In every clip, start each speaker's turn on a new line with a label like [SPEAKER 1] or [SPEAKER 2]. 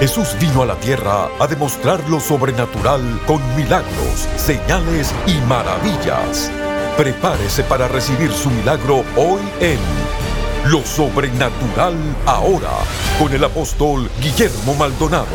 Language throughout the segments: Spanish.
[SPEAKER 1] Jesús vino a la tierra a demostrar lo sobrenatural con milagros, señales y maravillas. Prepárese para recibir su milagro hoy en Lo Sobrenatural Ahora con el apóstol Guillermo Maldonado.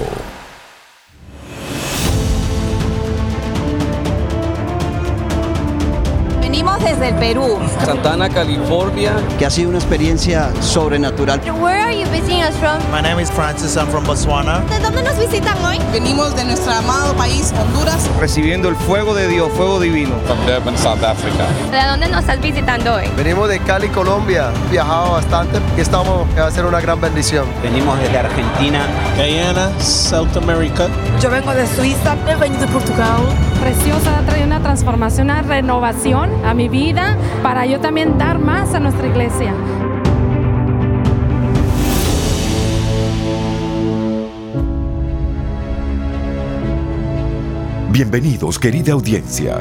[SPEAKER 2] Venimos desde el Perú.
[SPEAKER 3] Santana, California.
[SPEAKER 4] que ha sido una experiencia sobrenatural.
[SPEAKER 5] Where are you visiting us from?
[SPEAKER 6] My name is Francis, I'm from Botswana.
[SPEAKER 5] ¿De dónde nos visitan hoy?
[SPEAKER 7] Venimos de nuestro amado país, Honduras.
[SPEAKER 8] Recibiendo el fuego de Dios, fuego divino.
[SPEAKER 9] From Durban, South Africa.
[SPEAKER 5] ¿De dónde nos estás visitando hoy?
[SPEAKER 10] Venimos de Cali, Colombia. Viajado bastante y estamos va a ser una gran bendición.
[SPEAKER 4] Venimos desde Argentina.
[SPEAKER 11] Guyana, South America.
[SPEAKER 12] Yo vengo de Suiza, yo vengo de Portugal.
[SPEAKER 13] Preciosa, ha traído una transformación, una renovación a mi vida para yo también dar más a nuestra iglesia.
[SPEAKER 1] Bienvenidos querida audiencia.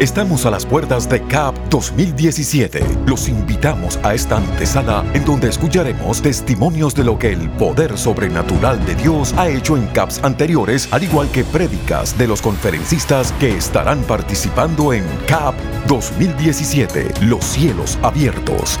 [SPEAKER 1] Estamos a las puertas de CAP 2017. Los invitamos a esta antesala en donde escucharemos testimonios de lo que el poder sobrenatural de Dios ha hecho en CAPs anteriores, al igual que prédicas de los conferencistas que estarán participando en CAP 2017, Los cielos abiertos.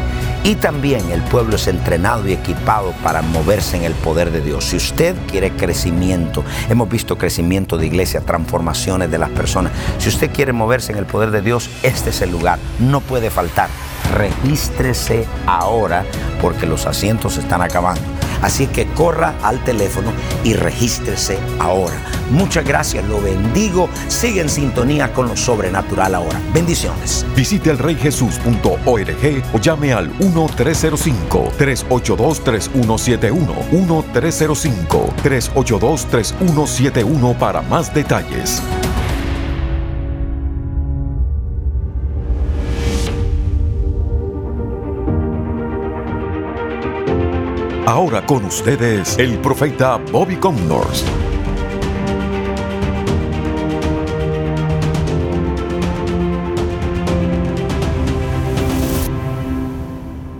[SPEAKER 14] Y también el pueblo es entrenado y equipado para moverse en el poder de Dios. Si usted quiere crecimiento, hemos visto crecimiento de iglesia, transformaciones de las personas. Si usted quiere moverse en el poder de Dios, este es el lugar. No puede faltar. Regístrese ahora porque los asientos se están acabando. Así que corra al teléfono y regístrese ahora. Muchas gracias, lo bendigo. Sigue en sintonía con lo sobrenatural ahora. Bendiciones.
[SPEAKER 1] Visite elreyjesus.org o llame al 1-305-382-3171. 1-305-382-3171 para más detalles. Ahora con ustedes, el profeta Bobby Connors.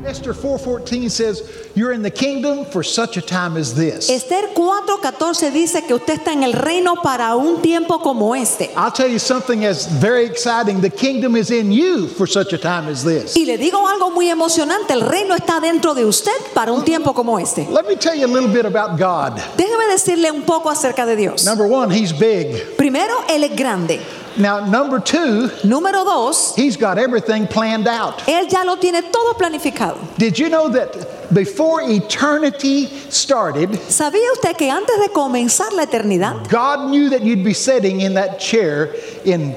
[SPEAKER 15] Esther 4:14 says, "You're in the kingdom for such a time as this."
[SPEAKER 2] Esther 4:14 dice que usted está en el reino para un tiempo como este.
[SPEAKER 15] I'll tell you something that's very exciting. The kingdom is in you for such a time as this.
[SPEAKER 2] Y le digo algo muy emocionante, el reino está dentro de usted para un tiempo como este.
[SPEAKER 15] Let me tell you a little bit about God.
[SPEAKER 2] Déjeme decirle un poco acerca de Dios.
[SPEAKER 15] Number 1, he's big.
[SPEAKER 2] Primero, Él es grande.
[SPEAKER 15] Now, number 2,
[SPEAKER 2] Número dos,
[SPEAKER 15] he's got everything planned out.
[SPEAKER 2] Él ya lo tiene todo planificado.
[SPEAKER 15] Did you know that before eternity started,
[SPEAKER 2] ¿Sabía usted que antes de comenzar la eternidad,
[SPEAKER 15] God knew that you'd be sitting in that chair in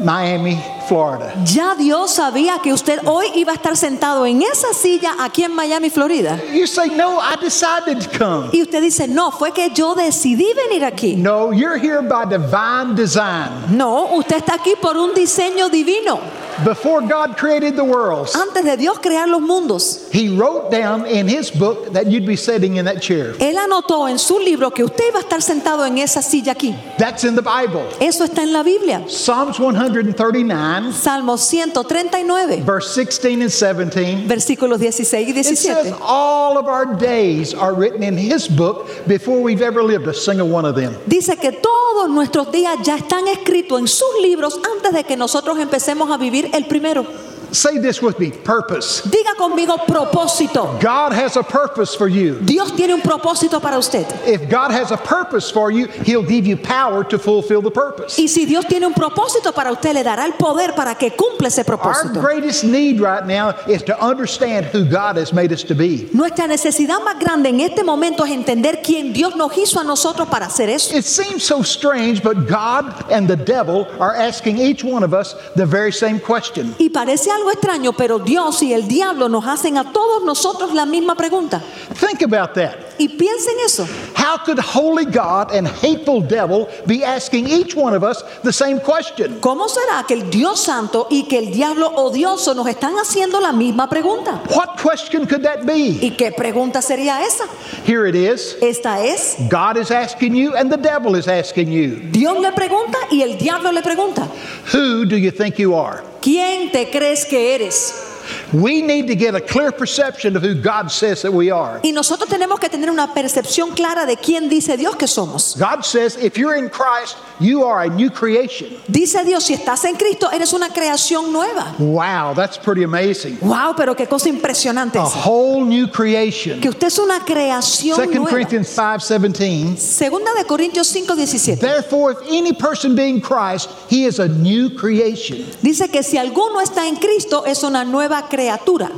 [SPEAKER 15] Miami, Florida.
[SPEAKER 2] ya Dios sabía que usted hoy iba a estar sentado en esa silla aquí en Miami, Florida?
[SPEAKER 15] You say, No, I decided to come.
[SPEAKER 2] Y usted dice, no, fue que yo decidí venir aquí.
[SPEAKER 15] No, you're here by divine design.
[SPEAKER 2] No, usted está aquí por un diseño divino.
[SPEAKER 15] Before God created the world,
[SPEAKER 2] Antes de Dios crear los mundos,
[SPEAKER 15] He wrote down in His book that you'd be sitting in that chair.
[SPEAKER 2] Él anotó en su libro que usted iba a estar sentado en esa silla aquí.
[SPEAKER 15] That's in the Bible.
[SPEAKER 2] Eso está en la Biblia.
[SPEAKER 15] Psalms 139,
[SPEAKER 2] Salmo 139,
[SPEAKER 15] verse 16 and 17.
[SPEAKER 2] versículos 16 y
[SPEAKER 15] It says
[SPEAKER 2] 17.
[SPEAKER 15] all of our days are written in His book before we've ever lived a single one of them.
[SPEAKER 2] Dice que todos nuestros días ya están escritos en sus libros antes de que nosotros empecemos a vivir el primero.
[SPEAKER 15] Say this with me purpose.
[SPEAKER 2] Diga conmigo propósito.
[SPEAKER 15] God has a purpose for you.
[SPEAKER 2] Dios tiene un propósito para usted.
[SPEAKER 15] If God has a purpose for you, He'll give you power to fulfill the purpose.
[SPEAKER 2] Y si Dios tiene un propósito para usted, le dará el poder para que cumpla ese
[SPEAKER 15] Our
[SPEAKER 2] propósito.
[SPEAKER 15] greatest need right now is to understand who God has made us to be.
[SPEAKER 2] Nuestra necesidad más grande en este momento es entender quién Dios nos hizo a nosotros para hacer eso.
[SPEAKER 15] It seems so strange, but God and the devil are asking each one of us the very same question.
[SPEAKER 2] Y parece algo extraño, pero Dios y el diablo nos hacen a todos nosotros la misma pregunta.
[SPEAKER 15] Think about that.
[SPEAKER 2] Y piensen eso.
[SPEAKER 15] How could holy God and hateful devil be asking each one of us the same question?
[SPEAKER 2] ¿Cómo será que el Dios santo y que el diablo odioso nos están haciendo la misma pregunta?
[SPEAKER 15] What question could that be?
[SPEAKER 2] ¿Y qué pregunta sería esa?
[SPEAKER 15] Here it is.
[SPEAKER 2] Esta es.
[SPEAKER 15] God is asking you and the devil is asking you.
[SPEAKER 2] Dios le pregunta y el diablo le pregunta.
[SPEAKER 15] Who do you think you are?
[SPEAKER 2] ¿Quién te crees que eres?
[SPEAKER 15] We need to get a clear perception of who God says that we are.
[SPEAKER 2] Y nosotros tenemos que tener una percepción clara de quién dice Dios que somos.
[SPEAKER 15] God says if you're in Christ, you are a new creation.
[SPEAKER 2] Dice Dios, si estás en Cristo, eres una creación nueva.
[SPEAKER 15] Wow, that's pretty amazing.
[SPEAKER 2] Wow, pero qué cosa impresionante
[SPEAKER 15] A
[SPEAKER 2] es.
[SPEAKER 15] whole new creation.
[SPEAKER 2] Que usted es una creación
[SPEAKER 15] 2
[SPEAKER 2] nueva.
[SPEAKER 15] Corinthians 5:17
[SPEAKER 2] Segunda de Corintios 5:17.
[SPEAKER 15] Therefore if any person be in Christ, he is a new creation.
[SPEAKER 2] Dice que si alguno está en Cristo, es una nueva criatura.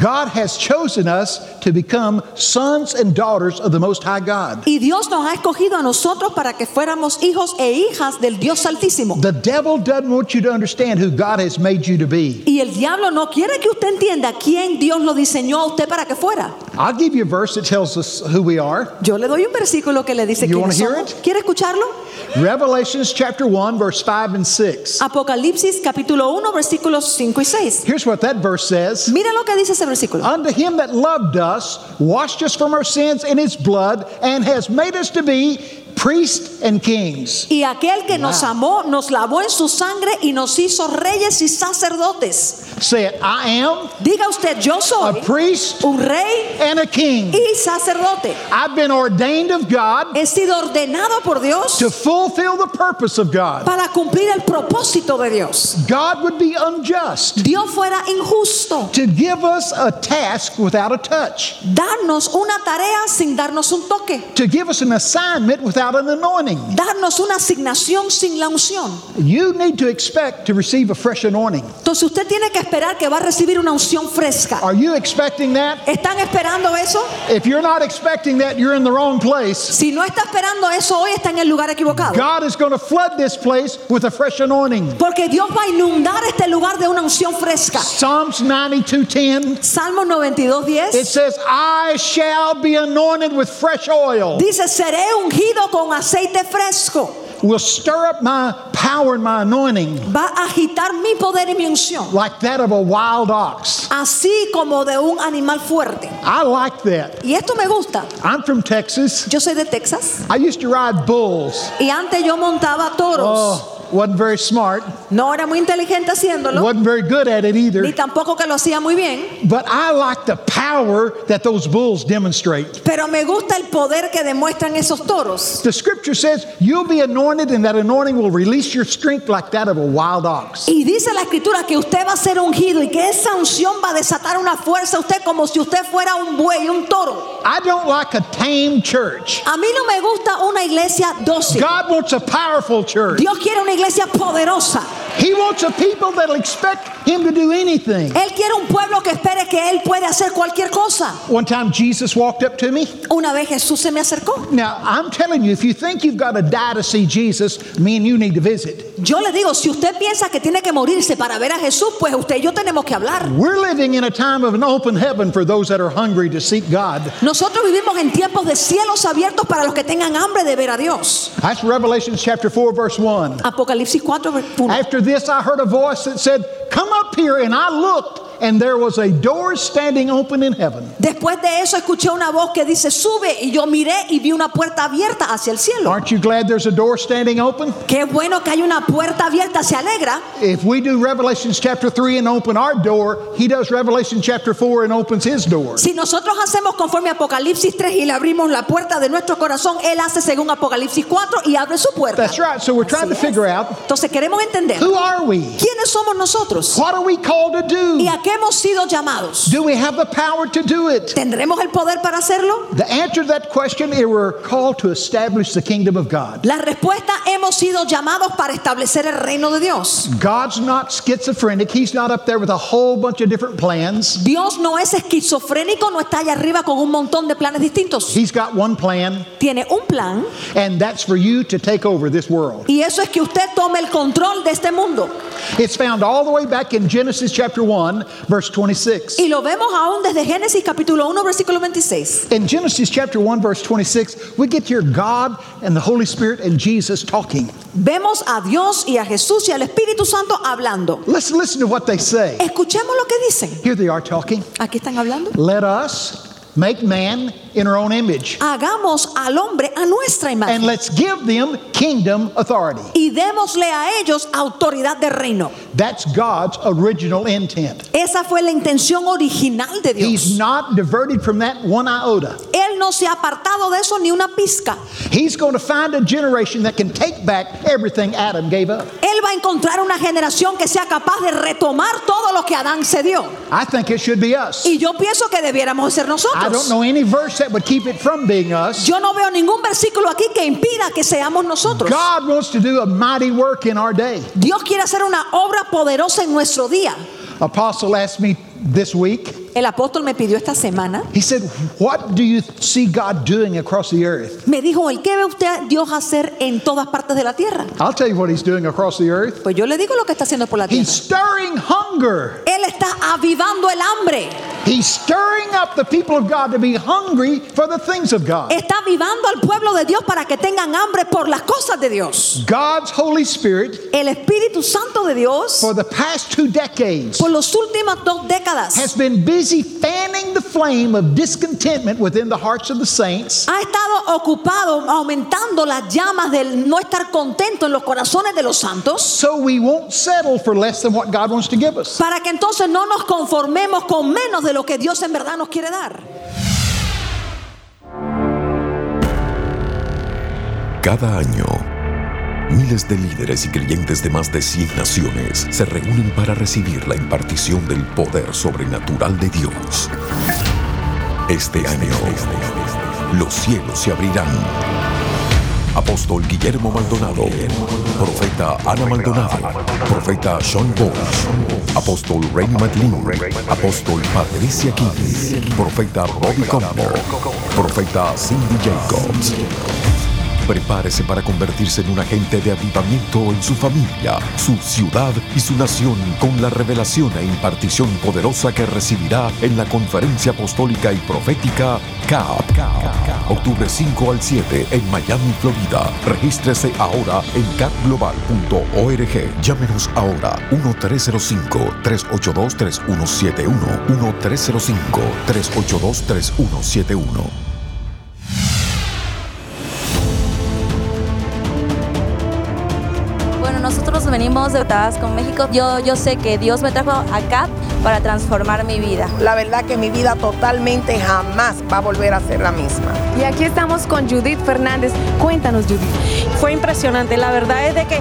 [SPEAKER 15] God has chosen us to become sons and daughters of the Most High God.
[SPEAKER 2] Y Dios nos ha escogido a nosotros para que fuéramos hijos e hijas del Dios Altísimo.
[SPEAKER 15] The devil doesn't want you to understand who God has made you to be.
[SPEAKER 2] Y el diablo no quiere que usted entienda quién Dios lo diseñó a usted para que fuera.
[SPEAKER 15] I'll give you a verse that tells us who we are.
[SPEAKER 2] Yo le doy un versículo que le dice
[SPEAKER 15] You
[SPEAKER 2] que
[SPEAKER 15] wanna hear it?
[SPEAKER 2] ¿Quiere escucharlo?
[SPEAKER 15] Revelations chapter 1 verse 5 and
[SPEAKER 2] Uh,
[SPEAKER 15] 6.
[SPEAKER 2] Apocalipsis capítulo 1 versículos 5 y 6.
[SPEAKER 15] Here's what that verse says.
[SPEAKER 2] Mira lo que dice ese versículo.
[SPEAKER 15] Unto him that loved us, washed us from our sins in his blood, and has made us to be priests and kings.
[SPEAKER 2] Y aquel que nos amó, nos lavó en su sangre y nos hizo reyes y sacerdotes.
[SPEAKER 15] Say it, I am
[SPEAKER 2] Diga usted, yo soy
[SPEAKER 15] a priest
[SPEAKER 2] un rey
[SPEAKER 15] and a king.
[SPEAKER 2] y sacerdote.
[SPEAKER 15] I've been ordained of God
[SPEAKER 2] He sido ordenado por Dios
[SPEAKER 15] to fulfill the purpose of God.
[SPEAKER 2] para cumplir el propósito de Dios.
[SPEAKER 15] God would be unjust
[SPEAKER 2] Dios fuera injusto
[SPEAKER 15] to give us a task without a touch,
[SPEAKER 2] darnos una tarea sin darnos un toque.
[SPEAKER 15] to give us an assignment without an anointing.
[SPEAKER 2] darnos una asignación sin la unción.
[SPEAKER 15] You need to expect to receive a fresh anointing.
[SPEAKER 2] Entonces usted tiene que esperar que va a recibir una unción fresca.
[SPEAKER 15] Are you expecting that?
[SPEAKER 2] ¿Están esperando eso?
[SPEAKER 15] If you're not expecting that, you're in the wrong place.
[SPEAKER 2] Si no está esperando eso hoy, está en el lugar equivocado.
[SPEAKER 15] God is going to flood this place with a fresh anointing.
[SPEAKER 2] Porque Dios va a inundar este lugar de una unción fresca.
[SPEAKER 15] Psalms 92:10
[SPEAKER 2] Salmo
[SPEAKER 15] it
[SPEAKER 2] 92.10
[SPEAKER 15] says, "I shall be anointed with fresh oil,
[SPEAKER 2] dice, seré ungido con aceite fresco.
[SPEAKER 15] will stir up my power and my anointing
[SPEAKER 2] Va a agitar mi poder y mi unción.
[SPEAKER 15] like that of a wild ox."
[SPEAKER 2] Así como de un animal fuerte.
[SPEAKER 15] I like that.
[SPEAKER 2] Y esto me gusta.
[SPEAKER 15] I'm from Texas.
[SPEAKER 2] Yo soy de Texas
[SPEAKER 15] I used to ride bulls.
[SPEAKER 2] y antes yo montaba toros.
[SPEAKER 15] Oh, wasn't very smart.
[SPEAKER 2] No era muy inteligente haciéndolo.
[SPEAKER 15] Wasn't very good at it
[SPEAKER 2] ni
[SPEAKER 15] either.
[SPEAKER 2] tampoco que lo hacía muy bien,
[SPEAKER 15] But I like the power that those bulls demonstrate.
[SPEAKER 2] pero me gusta el poder que demuestran esos toros.
[SPEAKER 15] The scripture says, "You'll be anointed and that anointing will release your strength like that of a wild ox."
[SPEAKER 2] Y dice la escritura que usted va a ser ungido y que esa unción va a desatar una fuerza a usted como si usted fuera un buey, un toro.
[SPEAKER 15] I don't like a tame church.
[SPEAKER 2] A mí no me gusta una iglesia dócil.
[SPEAKER 15] God wants a powerful church.
[SPEAKER 2] Dios quiere una iglesia poderosa.
[SPEAKER 15] He wants a people that'll expect Him to do anything.
[SPEAKER 2] Él quiere un pueblo que espere que Él puede hacer cualquier cosa.
[SPEAKER 15] One time Jesus walked up to me.
[SPEAKER 2] Una vez Jesús se me acercó.
[SPEAKER 15] Now, I'm telling you, if you think you've got to die to see Jesus, me and you need to visit.
[SPEAKER 2] Yo le digo, si usted piensa que tiene que morirse para ver a Jesús, pues usted y yo tenemos que hablar.
[SPEAKER 15] We're living in a time of an open heaven for those that are hungry to seek God.
[SPEAKER 2] Nosotros vivimos en tiempos de cielos abiertos para los que tengan hambre de ver a Dios.
[SPEAKER 15] That's Revelation chapter 4, verse 1.
[SPEAKER 2] Apocalipsis 4, ver- uno.
[SPEAKER 15] After this, I heard a voice that said, Come up here. And I looked, and there was a door standing open in heaven.
[SPEAKER 2] Después de eso escuché una voz que dice, sube, y yo miré y vi una puerta abierta hacia el cielo.
[SPEAKER 15] Aren't you glad there's a door standing open?
[SPEAKER 2] Qué bueno que hay una puerta abierta, se alegra.
[SPEAKER 15] If we do Revelations chapter 3 and open our door, he does Revelation chapter 4 and opens his door.
[SPEAKER 2] Si nosotros hacemos conforme a Apocalipsis 3 y le abrimos la puerta de nuestro corazón, Él hace según Apocalipsis 4 y abre su puerta.
[SPEAKER 15] That's right. So we're trying to
[SPEAKER 2] Así es.
[SPEAKER 15] figure out
[SPEAKER 2] Entonces queremos entender,
[SPEAKER 15] who are we?
[SPEAKER 2] ¿quiénes somos nosotros?
[SPEAKER 15] What are we called to
[SPEAKER 2] ¿Y
[SPEAKER 15] do?
[SPEAKER 2] a qué hemos sido llamados?
[SPEAKER 15] Do we have the power to do it?
[SPEAKER 2] ¿Tendremos el poder para hacerlo?
[SPEAKER 15] The answer to that question is we're called to establish the kingdom of God.
[SPEAKER 2] La respuesta, hemos sido llamados para establecer el reino de Dios.
[SPEAKER 15] God's not schizophrenic. He's not up there with a whole bunch of different plans.
[SPEAKER 2] Dios no es esquizofrénico, no está allá arriba con un montón de planes distintos.
[SPEAKER 15] He's got one plan,
[SPEAKER 2] Tiene un plan
[SPEAKER 15] and that's for you to take over this world.
[SPEAKER 2] y eso es que usted tome el control de este mundo.
[SPEAKER 15] It's found all the way back in Genesis chapter 1 verse 26.
[SPEAKER 2] Y lo vemos aún desde Génesis capítulo 1 versículo 26.
[SPEAKER 15] In Genesis chapter 1 verse 26, we get to hear God and the Holy Spirit and Jesus talking.
[SPEAKER 2] Vemos a Dios y a Jesús y al Espíritu Santo hablando.
[SPEAKER 15] Let's listen to what they say.
[SPEAKER 2] Escuchemos lo que dicen.
[SPEAKER 15] Here they are talking.
[SPEAKER 2] Aquí están hablando.
[SPEAKER 15] Let us make man in our own image.
[SPEAKER 2] Hagamos al hombre a nuestra imagen.
[SPEAKER 15] And let's give them kingdom authority.
[SPEAKER 2] Y démosle a ellos autoridad de reino.
[SPEAKER 15] That's God's original intent.
[SPEAKER 2] Esa fue la intención original de Dios.
[SPEAKER 15] He's not diverted from that one iota.
[SPEAKER 2] Él no se ha apartado de eso ni una pizca.
[SPEAKER 15] He's going to find a generation that can take back everything Adam gave up.
[SPEAKER 2] Él va a encontrar una generación que sea capaz de retomar todo lo que Adán se dio.
[SPEAKER 15] I think it should be us.
[SPEAKER 2] Y yo pienso que debiéramos ser nosotros.
[SPEAKER 15] I don't know any verse that would keep it from being us.
[SPEAKER 2] Yo no veo ningún versículo aquí que impida que seamos nosotros.
[SPEAKER 15] God wants to do a mighty work in our day.
[SPEAKER 2] Dios quiere hacer una obra poderosa en nuestro día.
[SPEAKER 15] Apostle asked me this week.
[SPEAKER 2] El apóstol me pidió esta semana.
[SPEAKER 15] He said, "What do you see God doing across the earth?"
[SPEAKER 2] Me dijo, "¿El qué ve usted Dios hacer en todas partes de la tierra?"
[SPEAKER 15] I'll tell you what he's doing across the earth.
[SPEAKER 2] Pues yo le digo lo que está haciendo por la tierra.
[SPEAKER 15] He's stirring hunger.
[SPEAKER 2] Él está avivando el hambre.
[SPEAKER 15] He's stirring up the people of God to be hungry for the things of God.
[SPEAKER 2] Está avivando al pueblo de Dios para que tengan hambre por las cosas de Dios.
[SPEAKER 15] God's Holy Spirit,
[SPEAKER 2] el Espíritu Santo de Dios,
[SPEAKER 15] for the past two decades,
[SPEAKER 2] por las últimas dos décadas,
[SPEAKER 15] has been busy fanning the flame of discontentment within the hearts of the saints.
[SPEAKER 2] Ha estado ocupado aumentando las llamas del no estar contento en los corazones de los santos.
[SPEAKER 15] So we won't settle for less than what God wants to give us.
[SPEAKER 2] Para que entonces no nos conformemos con menos de de lo que Dios en verdad nos quiere dar.
[SPEAKER 1] Cada año, miles de líderes y creyentes de más de 100 naciones se reúnen para recibir la impartición del poder sobrenatural de Dios. Este año, los cielos se abrirán. Apóstol Guillermo Maldonado, Profeta Ana Maldonado, Profeta Sean Bosch, Apóstol Ray McLean, Apóstol Patricia King, Profeta Bobby Combo, Profeta Cindy Jacobs. Prepárese para convertirse en un agente de avivamiento en su familia, su ciudad y su nación con la revelación e impartición poderosa que recibirá en la Conferencia Apostólica y Profética CAP. Octubre 5 al 7 en Miami, Florida. Regístrese ahora en capglobal.org. Llámenos ahora 1-305-382-3171. 1-305-382-3171.
[SPEAKER 16] nosotros venimos de Tabasco, México. Yo, yo sé que Dios me trajo acá para transformar mi vida.
[SPEAKER 17] La verdad que mi vida totalmente jamás va a volver a ser la misma.
[SPEAKER 18] Y aquí estamos con Judith Fernández. Cuéntanos, Judith.
[SPEAKER 19] Fue impresionante. La verdad es de que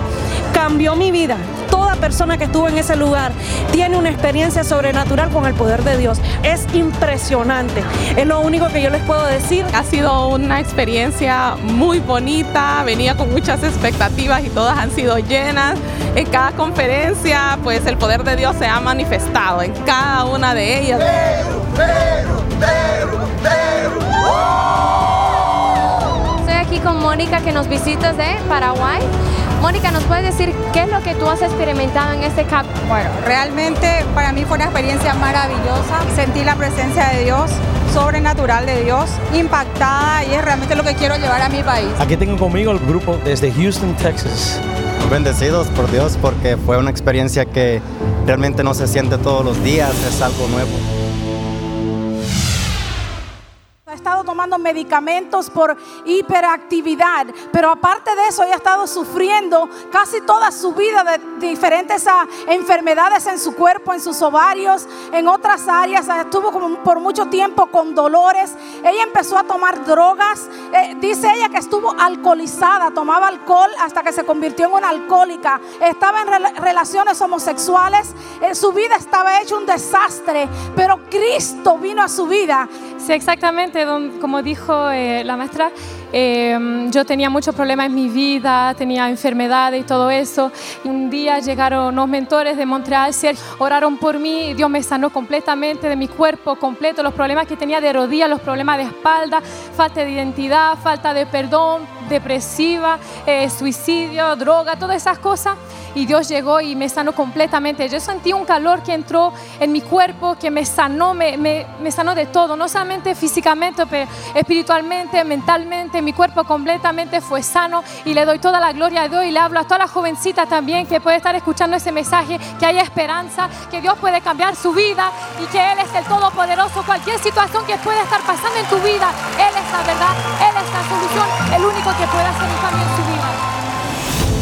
[SPEAKER 19] cambió mi vida. Toda persona que estuvo en ese lugar tiene una experiencia sobrenatural con el poder de Dios. Es impresionante. Es lo único que yo les puedo decir.
[SPEAKER 20] Ha sido una experiencia muy bonita. Venía con muchas expectativas y todas han sido llenas. En cada conferencia, pues el poder de Dios se ha manifestado en cada una de ellas.
[SPEAKER 21] Pero, pero, pero, ¡Oh!
[SPEAKER 5] Estoy aquí con Mónica que nos visitas de Paraguay. Mónica, ¿nos puedes decir qué es lo que tú has experimentado en este CAP?
[SPEAKER 22] Bueno, realmente para mí fue una experiencia maravillosa. Sentí la presencia de Dios, sobrenatural de Dios, impactada y es realmente lo que quiero llevar a mi país.
[SPEAKER 23] Aquí tengo conmigo el grupo desde Houston, Texas.
[SPEAKER 24] Bendecidos por Dios porque fue una experiencia que realmente no se siente todos los días, es algo nuevo.
[SPEAKER 25] Ha estado tomando medicamentos por hiperactividad, pero aparte de eso, ella ha estado sufriendo casi toda su vida de diferentes ah, enfermedades en su cuerpo, en sus ovarios, en otras áreas. Ah, Estuvo como por mucho tiempo con dolores. Ella empezó a tomar drogas. Eh, dice ella que estuvo alcoholizada, tomaba alcohol hasta que se convirtió en una alcohólica. Estaba en re relaciones homosexuales. Eh, su vida estaba hecha un desastre, pero Cristo vino a su vida.
[SPEAKER 13] Sí, exactamente como dijo eh, la maestra, eh, yo tenía muchos problemas en mi vida, tenía enfermedades y todo eso. Un día llegaron unos mentores de Montreal, oraron por mí, Dios me sanó completamente de mi cuerpo completo, los problemas que tenía de rodillas, los problemas de espalda, falta de identidad, falta de perdón, depresiva, eh, suicidio, droga, todas esas cosas. Y Dios llegó y me sanó completamente. Yo sentí un calor que entró en mi cuerpo, que me sanó, me, me- me sanó de todo, no solamente físicamente, pero espiritualmente, mentalmente. Mi cuerpo completamente fue sano y le doy toda la gloria a Dios y le hablo a todas las jovencitas también que puede estar escuchando ese mensaje, que hay esperanza, que Dios puede cambiar su vida y que Él es el Todopoderoso. Cualquier situación que pueda estar pasando en tu vida, Él es la verdad, Él es la solución, el único que puede hacer un cambio en tu vida.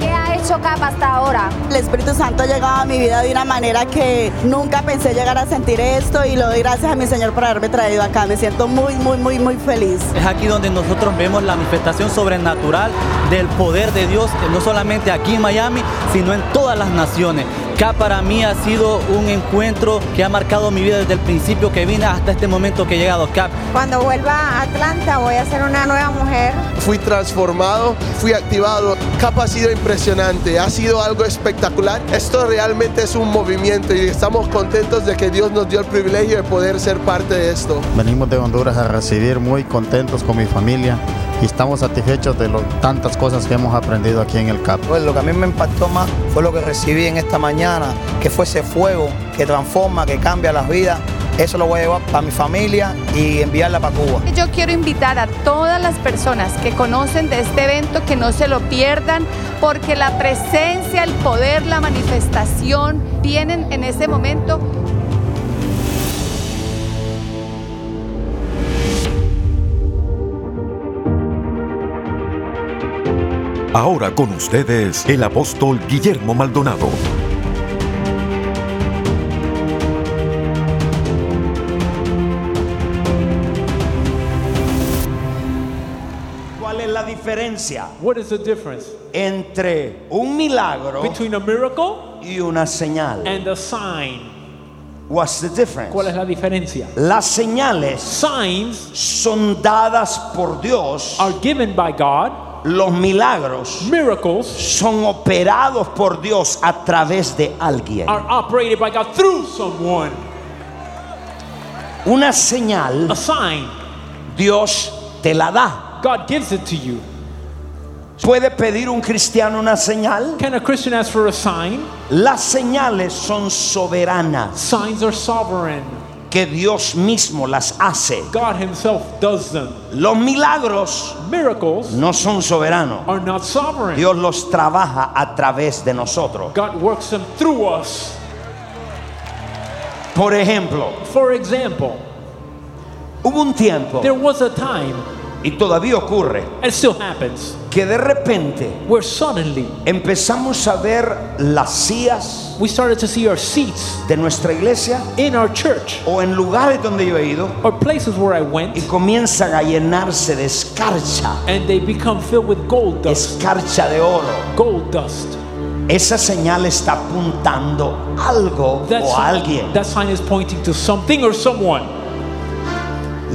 [SPEAKER 3] ¿Qué ha hecho CAP hasta ahora?
[SPEAKER 6] El Espíritu Santo ha llegado a mi vida de una manera que nunca pensé llegar a sentir esto y le doy gracias a mi Señor por haberme traído acá. Me siento muy, muy, muy, muy feliz.
[SPEAKER 7] Es aquí donde nosotros vemos la manifestación sobrenatural del poder de Dios, eh, no solamente aquí en Miami, sino en todas las naciones. Acá para mí ha sido un encuentro que ha marcado mi vida desde el principio que vine hasta este momento que he llegado acá.
[SPEAKER 8] Cuando vuelva a Atlanta voy a ser una nueva mujer.
[SPEAKER 10] Fui transformado, fui activado. CAP ha sido impresionante, ha sido algo espectacular. Esto realmente es un movimiento y estamos contentos de que Dios nos dio el privilegio de poder ser parte de esto.
[SPEAKER 24] Venimos de Honduras a recibir muy contentos con mi familia y estamos satisfechos de lo- tantas cosas que hemos aprendido aquí en el CAP.
[SPEAKER 9] Pues lo que a mí me impactó más fue lo que recibí en esta mañana, que fue ese fuego que transforma, que cambia las vidas. Eso lo voy a llevar para mi familia y enviarla para Cuba.
[SPEAKER 26] Yo quiero invitar a todas las personas que conocen de este evento que no se lo pierdan porque la presencia, el poder, la manifestación vienen en ese momento.
[SPEAKER 1] Ahora con ustedes el apóstol Guillermo Maldonado.
[SPEAKER 27] ¿Cuál es la diferencia
[SPEAKER 23] What is the difference
[SPEAKER 27] entre un milagro
[SPEAKER 23] between a miracle
[SPEAKER 27] y una señal?
[SPEAKER 23] and a sign?
[SPEAKER 27] What's the difference?
[SPEAKER 23] ¿Cuál es la diferencia?
[SPEAKER 27] Las señales
[SPEAKER 23] Signs
[SPEAKER 27] son dadas por Dios.
[SPEAKER 23] are given by God.
[SPEAKER 27] Los milagros
[SPEAKER 23] miracles
[SPEAKER 27] son operados por Dios a través de alguien.
[SPEAKER 23] Are operated by God through someone.
[SPEAKER 27] Una señal
[SPEAKER 23] A sign.
[SPEAKER 27] Dios te la da.
[SPEAKER 23] God gives it to you.
[SPEAKER 27] ¿Puede pedir un cristiano una señal?
[SPEAKER 23] Can a Christian ask for a sign?
[SPEAKER 27] Las señales son soberanas.
[SPEAKER 23] Signs are sovereign.
[SPEAKER 27] que Dios mismo las hace.
[SPEAKER 23] God Himself does them.
[SPEAKER 27] Los milagros
[SPEAKER 23] Miracles
[SPEAKER 27] no son soberanos.
[SPEAKER 23] are not sovereign.
[SPEAKER 27] Dios los trabaja a través de nosotros.
[SPEAKER 23] God works them through us.
[SPEAKER 27] Por ejemplo,
[SPEAKER 23] For example,
[SPEAKER 27] hubo un tiempo
[SPEAKER 23] there was a time,
[SPEAKER 27] y todavía ocurre
[SPEAKER 23] and it still happens,
[SPEAKER 27] que de repente
[SPEAKER 23] where suddenly
[SPEAKER 27] empezamos a ver las sillas
[SPEAKER 23] we started to see our seats
[SPEAKER 27] de nuestra iglesia
[SPEAKER 23] in our church
[SPEAKER 27] o en lugares donde yo he ido
[SPEAKER 23] or places where I went,
[SPEAKER 27] y comienzan a llenarse de escarcha,
[SPEAKER 23] and they become filled with gold dust.
[SPEAKER 27] escarcha de oro.
[SPEAKER 23] Gold dust.
[SPEAKER 27] Esa señal está apuntando algo
[SPEAKER 23] That
[SPEAKER 27] o a
[SPEAKER 23] sign-
[SPEAKER 27] alguien.
[SPEAKER 23] that sign is pointing to something or someone.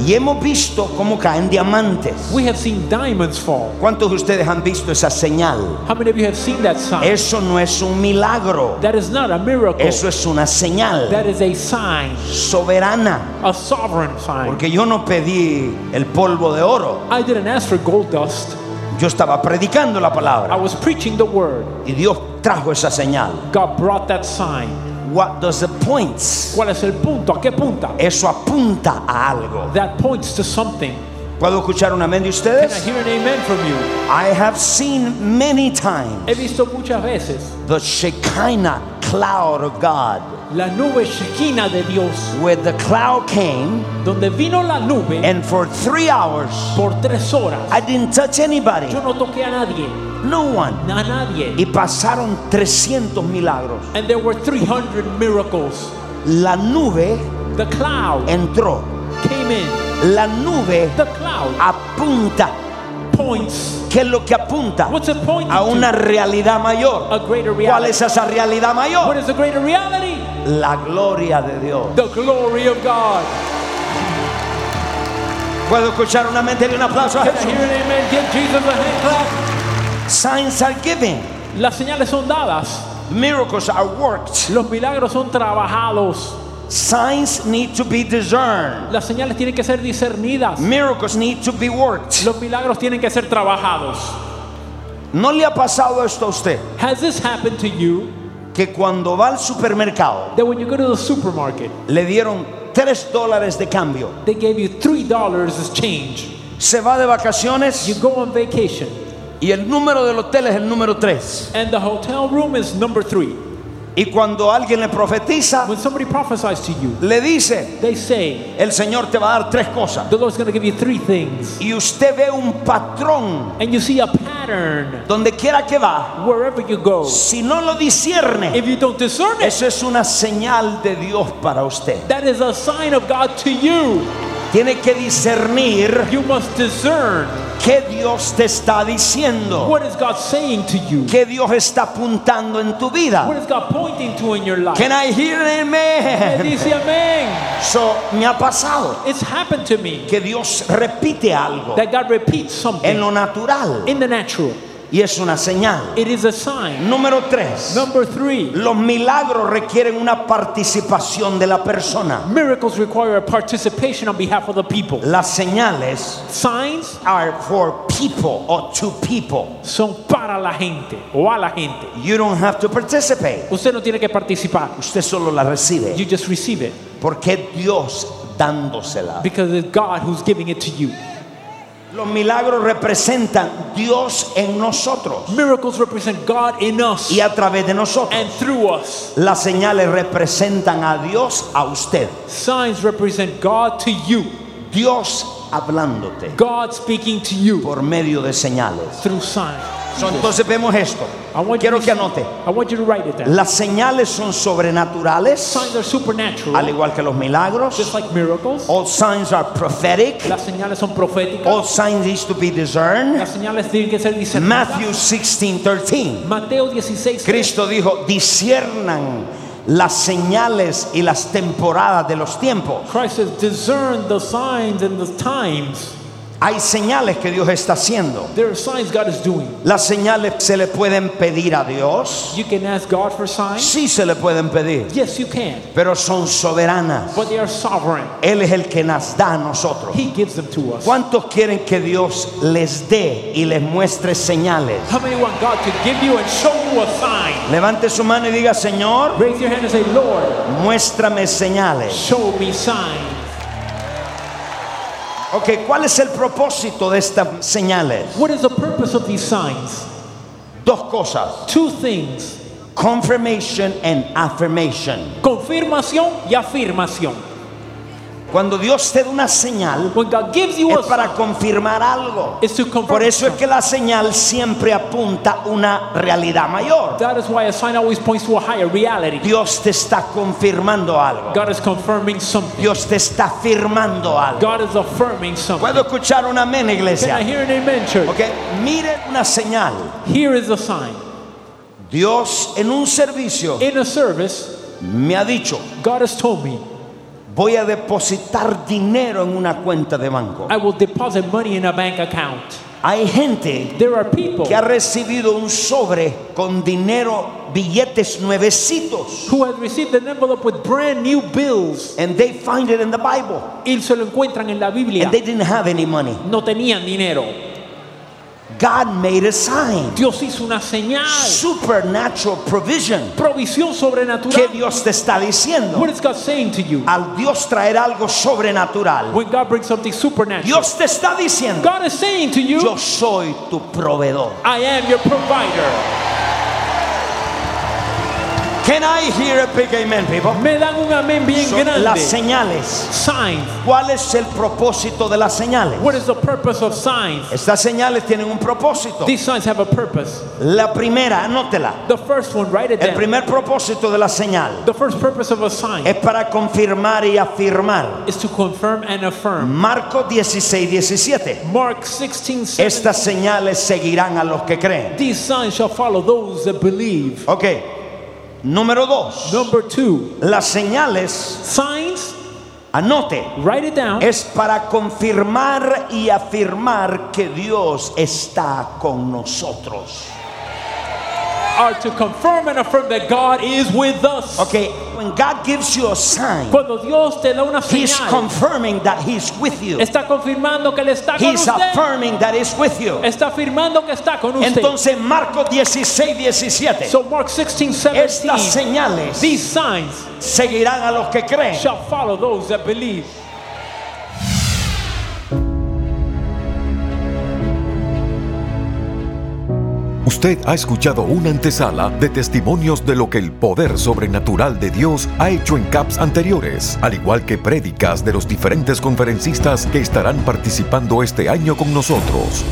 [SPEAKER 27] Y hemos visto cómo caen diamantes.
[SPEAKER 23] We have seen diamonds fall.
[SPEAKER 27] ¿Cuántos de ustedes han visto esa señal?
[SPEAKER 23] How many of you have seen that sign?
[SPEAKER 27] Eso no es un milagro.
[SPEAKER 23] that is not a miracle.
[SPEAKER 27] Eso es una
[SPEAKER 23] that
[SPEAKER 27] señal
[SPEAKER 23] is a sign,
[SPEAKER 27] soberana.
[SPEAKER 23] a sovereign sign.
[SPEAKER 27] Porque yo no pedí el polvo de oro.
[SPEAKER 23] I didn't ask for gold dust.
[SPEAKER 27] Yo estaba predicando la
[SPEAKER 23] I
[SPEAKER 27] palabra.
[SPEAKER 23] was preaching the word.
[SPEAKER 27] Y Dios trajo esa señal.
[SPEAKER 23] God brought that sign.
[SPEAKER 27] What does it points?
[SPEAKER 23] ¿Cuál es el punto? ¿A qué punta?
[SPEAKER 27] Eso apunta a algo.
[SPEAKER 23] That points to something.
[SPEAKER 27] ¿Puedo escuchar un amén de
[SPEAKER 23] Can I
[SPEAKER 27] ustedes?
[SPEAKER 23] hear an amen from you?
[SPEAKER 27] I have seen many times
[SPEAKER 13] He visto muchas veces
[SPEAKER 27] the Shekinah cloud of God.
[SPEAKER 23] la nube Shekinah de Dios,
[SPEAKER 27] Where the cloud came
[SPEAKER 23] donde vino la nube
[SPEAKER 27] and for three hours
[SPEAKER 23] por tres horas.
[SPEAKER 27] I didn't touch anybody.
[SPEAKER 23] Yo no toqué a nadie,
[SPEAKER 27] No one.
[SPEAKER 23] a nadie.
[SPEAKER 27] Y pasaron 300 milagros.
[SPEAKER 23] And there were 300 miracles.
[SPEAKER 27] La nube
[SPEAKER 23] The cloud
[SPEAKER 27] entró.
[SPEAKER 23] came in.
[SPEAKER 27] La nube
[SPEAKER 23] The cloud
[SPEAKER 27] apunta.
[SPEAKER 23] points.
[SPEAKER 27] ¿Qué es lo que apunta?
[SPEAKER 13] What's it pointing
[SPEAKER 27] A una
[SPEAKER 13] to?
[SPEAKER 27] realidad mayor.
[SPEAKER 13] A greater
[SPEAKER 27] ¿Cuál
[SPEAKER 13] reality.
[SPEAKER 27] es esa
[SPEAKER 13] What
[SPEAKER 27] realidad mayor?
[SPEAKER 13] is the greater reality?
[SPEAKER 27] La gloria de Dios.
[SPEAKER 13] The glory of God.
[SPEAKER 27] ¿Puedo escuchar una mente y un aplauso a
[SPEAKER 13] Can I hear
[SPEAKER 27] Jesús?
[SPEAKER 13] an amen? Give Jesus a hand clap.
[SPEAKER 27] Signs are given.
[SPEAKER 13] Las señales son dadas.
[SPEAKER 27] Miracles are worked.
[SPEAKER 13] Los milagros son trabajados.
[SPEAKER 27] Signs need to be discerned.
[SPEAKER 23] Las señales tienen que ser discernidas.
[SPEAKER 27] Miracles need to be worked.
[SPEAKER 23] Los milagros tienen que ser trabajados.
[SPEAKER 27] ¿No le ha pasado esto a usted?
[SPEAKER 23] Has this happened to you?
[SPEAKER 27] Que cuando va al supermercado,
[SPEAKER 23] That when you go to the supermarket,
[SPEAKER 27] le dieron 3 dólares de cambio.
[SPEAKER 23] they gave you three dollars as change.
[SPEAKER 27] Se va de vacaciones
[SPEAKER 23] You go on vacation,
[SPEAKER 27] y el número del hotel es el número 3.
[SPEAKER 23] and the hotel room is number three.
[SPEAKER 27] Y cuando alguien le profetiza,
[SPEAKER 23] When somebody prophesies to you,
[SPEAKER 27] le dice,
[SPEAKER 23] they say,
[SPEAKER 27] el Señor te va a dar tres cosas.
[SPEAKER 23] the Lord's going to give you three things.
[SPEAKER 27] Y usted ve un patrón
[SPEAKER 23] And you see a pattern
[SPEAKER 27] donde quiera que va.
[SPEAKER 23] wherever you go.
[SPEAKER 27] Si no lo discierne,
[SPEAKER 23] If you don't discern it,
[SPEAKER 27] eso es una señal de Dios para usted.
[SPEAKER 23] that is a sign of God to you.
[SPEAKER 27] Tiene que discernir
[SPEAKER 23] You must discern
[SPEAKER 27] qué Dios te está diciendo,
[SPEAKER 23] what is God saying to you.
[SPEAKER 27] qué Dios está apuntando en tu
[SPEAKER 23] What
[SPEAKER 27] vida.
[SPEAKER 23] is God pointing to in your life?
[SPEAKER 27] Can I hear an
[SPEAKER 23] Él
[SPEAKER 27] amen?
[SPEAKER 23] dice amén.
[SPEAKER 27] So, me ha pasado
[SPEAKER 23] It's happened to me
[SPEAKER 27] que Dios repite algo
[SPEAKER 23] that God repeats
[SPEAKER 27] en
[SPEAKER 23] something
[SPEAKER 27] lo natural
[SPEAKER 23] in the natural.
[SPEAKER 27] y es una señal.
[SPEAKER 23] It is a sign.
[SPEAKER 27] Número tres.
[SPEAKER 23] Number three,
[SPEAKER 27] Los milagros requieren una participación de la persona.
[SPEAKER 23] miracles require a participation on behalf of the people.
[SPEAKER 27] Las señales
[SPEAKER 23] Signs
[SPEAKER 27] are for people or to people.
[SPEAKER 23] son para la gente o a la gente.
[SPEAKER 27] You don't have to participate.
[SPEAKER 23] Usted no tiene que participar.
[SPEAKER 27] Usted solo la
[SPEAKER 23] You
[SPEAKER 27] recibe.
[SPEAKER 23] just receive it
[SPEAKER 27] Porque es Dios dándosela.
[SPEAKER 23] because it's God who's giving it to you.
[SPEAKER 27] Los milagros representan Dios en nosotros
[SPEAKER 23] Miracles represent God in us
[SPEAKER 27] y a través de nosotros.
[SPEAKER 23] and through us.
[SPEAKER 27] Las señales representan a Dios a usted.
[SPEAKER 23] Signs represent God to you.
[SPEAKER 27] Dios hablándote
[SPEAKER 23] God speaking to you
[SPEAKER 27] por medio de señales.
[SPEAKER 23] through signs.
[SPEAKER 27] So, Entonces vemos esto.
[SPEAKER 23] I want you
[SPEAKER 27] Quiero
[SPEAKER 23] to
[SPEAKER 27] que
[SPEAKER 13] see-
[SPEAKER 27] anote.
[SPEAKER 13] I want you to write it down.
[SPEAKER 27] Las señales son sobrenaturales,
[SPEAKER 13] Signs are supernatural,
[SPEAKER 27] al igual Oh. que los
[SPEAKER 13] just
[SPEAKER 27] milagros.
[SPEAKER 13] like miracles.
[SPEAKER 27] All signs are prophetic.
[SPEAKER 13] Las señales son proféticas.
[SPEAKER 27] All signs needs to be discerned.
[SPEAKER 13] Las señales tienen que ser discernidas.
[SPEAKER 27] Matthew 16, 13.
[SPEAKER 13] Mateo 16.
[SPEAKER 27] Cristo dijo, disciernan las señales y las temporadas de los tiempos.
[SPEAKER 13] Christ says, discern the signs and the times.
[SPEAKER 27] Hay señales que Dios está haciendo.
[SPEAKER 13] There are signs God is doing.
[SPEAKER 27] Las señales se le pueden pedir a Dios.
[SPEAKER 13] You can ask God for signs.
[SPEAKER 27] Sí se le pueden pedir,
[SPEAKER 13] Yes, you can.
[SPEAKER 27] pero son soberanas.
[SPEAKER 13] But they are sovereign.
[SPEAKER 27] Él es el que nos da a nosotros.
[SPEAKER 13] He gives them to us.
[SPEAKER 27] ¿Cuántos quieren que Dios les dé y les muestre señales?
[SPEAKER 13] How many want God to give you and show you a sign?
[SPEAKER 27] Levante su mano y diga, Señor,
[SPEAKER 13] Raise your hand and say, Lord,
[SPEAKER 27] muéstrame señales.
[SPEAKER 13] show me signs.
[SPEAKER 27] Ok, ¿cuál es el propósito de estas señales?
[SPEAKER 13] What is the purpose of these signs?
[SPEAKER 27] Dos cosas,
[SPEAKER 13] Two things.
[SPEAKER 27] confirmation and affirmation.
[SPEAKER 13] Confirmación y afirmación.
[SPEAKER 27] Cuando Dios te da una señal,
[SPEAKER 13] When God gives you a
[SPEAKER 27] es
[SPEAKER 13] sign,
[SPEAKER 27] para confirmar algo.
[SPEAKER 13] it's to confirm.
[SPEAKER 27] Por eso es
[SPEAKER 13] something.
[SPEAKER 27] que la señal siempre apunta a una realidad mayor.
[SPEAKER 13] That is why a sign always points to a higher reality.
[SPEAKER 27] Dios te está confirmando algo.
[SPEAKER 13] God is confirming something.
[SPEAKER 27] Dios te está afirmando algo.
[SPEAKER 13] God is affirming something.
[SPEAKER 27] ¿Puedo escuchar un amén,
[SPEAKER 13] Can
[SPEAKER 27] iglesia?
[SPEAKER 13] I hear an amen, church?
[SPEAKER 27] Ok, miren una señal.
[SPEAKER 13] Here is a sign.
[SPEAKER 27] Dios en un servicio
[SPEAKER 13] In a service,
[SPEAKER 27] me ha dicho,
[SPEAKER 13] God has told me,
[SPEAKER 27] voy a depositar dinero en una cuenta de banco.
[SPEAKER 13] I will deposit money in a bank account.
[SPEAKER 27] Hay gente
[SPEAKER 13] There are people
[SPEAKER 27] que ha recibido un sobre con dinero, billetes nuevecitos.
[SPEAKER 13] who have received an envelope with brand new bills
[SPEAKER 27] And they find it in the Bible.
[SPEAKER 13] y se lo encuentran en la Biblia.
[SPEAKER 27] And they didn't have any money.
[SPEAKER 13] No tenían dinero.
[SPEAKER 27] God made a sign.
[SPEAKER 13] Dios hizo una señal,
[SPEAKER 27] Supernatural provision.
[SPEAKER 13] provisión
[SPEAKER 27] ¿Qué
[SPEAKER 13] sobrenatural.
[SPEAKER 27] Dios Ah. te está diciendo?
[SPEAKER 13] What is God saying to you?
[SPEAKER 27] Al Dios traer algo sobrenatural.
[SPEAKER 13] When God brings something supernatural,
[SPEAKER 27] Dios te está diciendo,
[SPEAKER 13] God is saying to you,
[SPEAKER 27] yo soy tu proveedor.
[SPEAKER 13] I am your provider.
[SPEAKER 27] Can I hear a big amen, people?
[SPEAKER 13] Me dan un amén bien
[SPEAKER 27] Son las
[SPEAKER 13] grande.
[SPEAKER 27] señales.
[SPEAKER 13] Signs.
[SPEAKER 27] ¿Cuál es el propósito de las señales?
[SPEAKER 13] What is the purpose of signs?
[SPEAKER 27] Estas señales tienen un propósito.
[SPEAKER 13] These signs have a purpose.
[SPEAKER 27] La primera, anótela.
[SPEAKER 13] The first one, write it
[SPEAKER 27] El
[SPEAKER 13] down.
[SPEAKER 27] primer propósito de la señal
[SPEAKER 13] The first purpose of a sign
[SPEAKER 27] es para confirmar y afirmar.
[SPEAKER 13] is to confirm and affirm.
[SPEAKER 27] Marcos 16, 17.
[SPEAKER 13] Mark 16, 17.
[SPEAKER 27] Estas señales seguirán a los que creen.
[SPEAKER 13] These signs shall follow those that believe.
[SPEAKER 27] Ok. Número dos.
[SPEAKER 13] Number two,
[SPEAKER 27] Las señales,
[SPEAKER 13] signs,
[SPEAKER 27] anote,
[SPEAKER 13] write it down,
[SPEAKER 27] es para confirmar y afirmar que Dios está con nosotros.
[SPEAKER 13] are to confirm and affirm that God is with us.
[SPEAKER 27] Ok, en when God gives you a sign,
[SPEAKER 23] Cuando Dios te da una
[SPEAKER 27] He's
[SPEAKER 23] señal,
[SPEAKER 27] confirming that He's with you.
[SPEAKER 23] está confirmando que Él está con
[SPEAKER 27] He's
[SPEAKER 23] usted.
[SPEAKER 27] affirming that He's with you.
[SPEAKER 23] Está afirmando que está con usted.
[SPEAKER 27] Entonces Marcos 16, 17.
[SPEAKER 23] so Mark 16, 17,
[SPEAKER 27] Estas señales
[SPEAKER 23] these signs
[SPEAKER 27] seguirán a los que creen.
[SPEAKER 23] shall follow those that believe.
[SPEAKER 1] Usted ha escuchado una antesala de testimonios de lo que el poder sobrenatural de Dios ha hecho en CAPS anteriores, al igual que prédicas de los diferentes conferencistas que estarán participando este año con nosotros.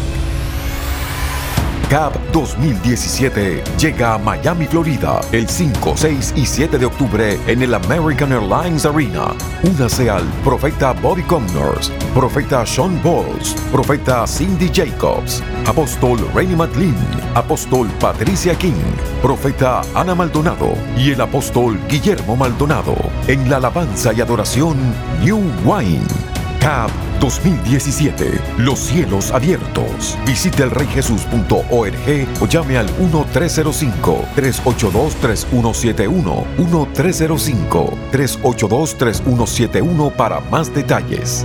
[SPEAKER 1] CAP 2017 llega a Miami, Florida, el 5, 6 y 7 de octubre en el American Airlines Arena. Únase al profeta Bobby Comnors, profeta Sean Bowles, profeta Cindy Jacobs, apóstol Rainy McLean, apóstol Patricia King, profeta Ana Maldonado y el apóstol Guillermo Maldonado en la alabanza y adoración New Wine. CAP 2017. Los cielos abiertos. Visite elreyjesus.org o llame al 1-305-382-3171. 1-305-382-3171 para más detalles.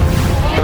[SPEAKER 9] Usted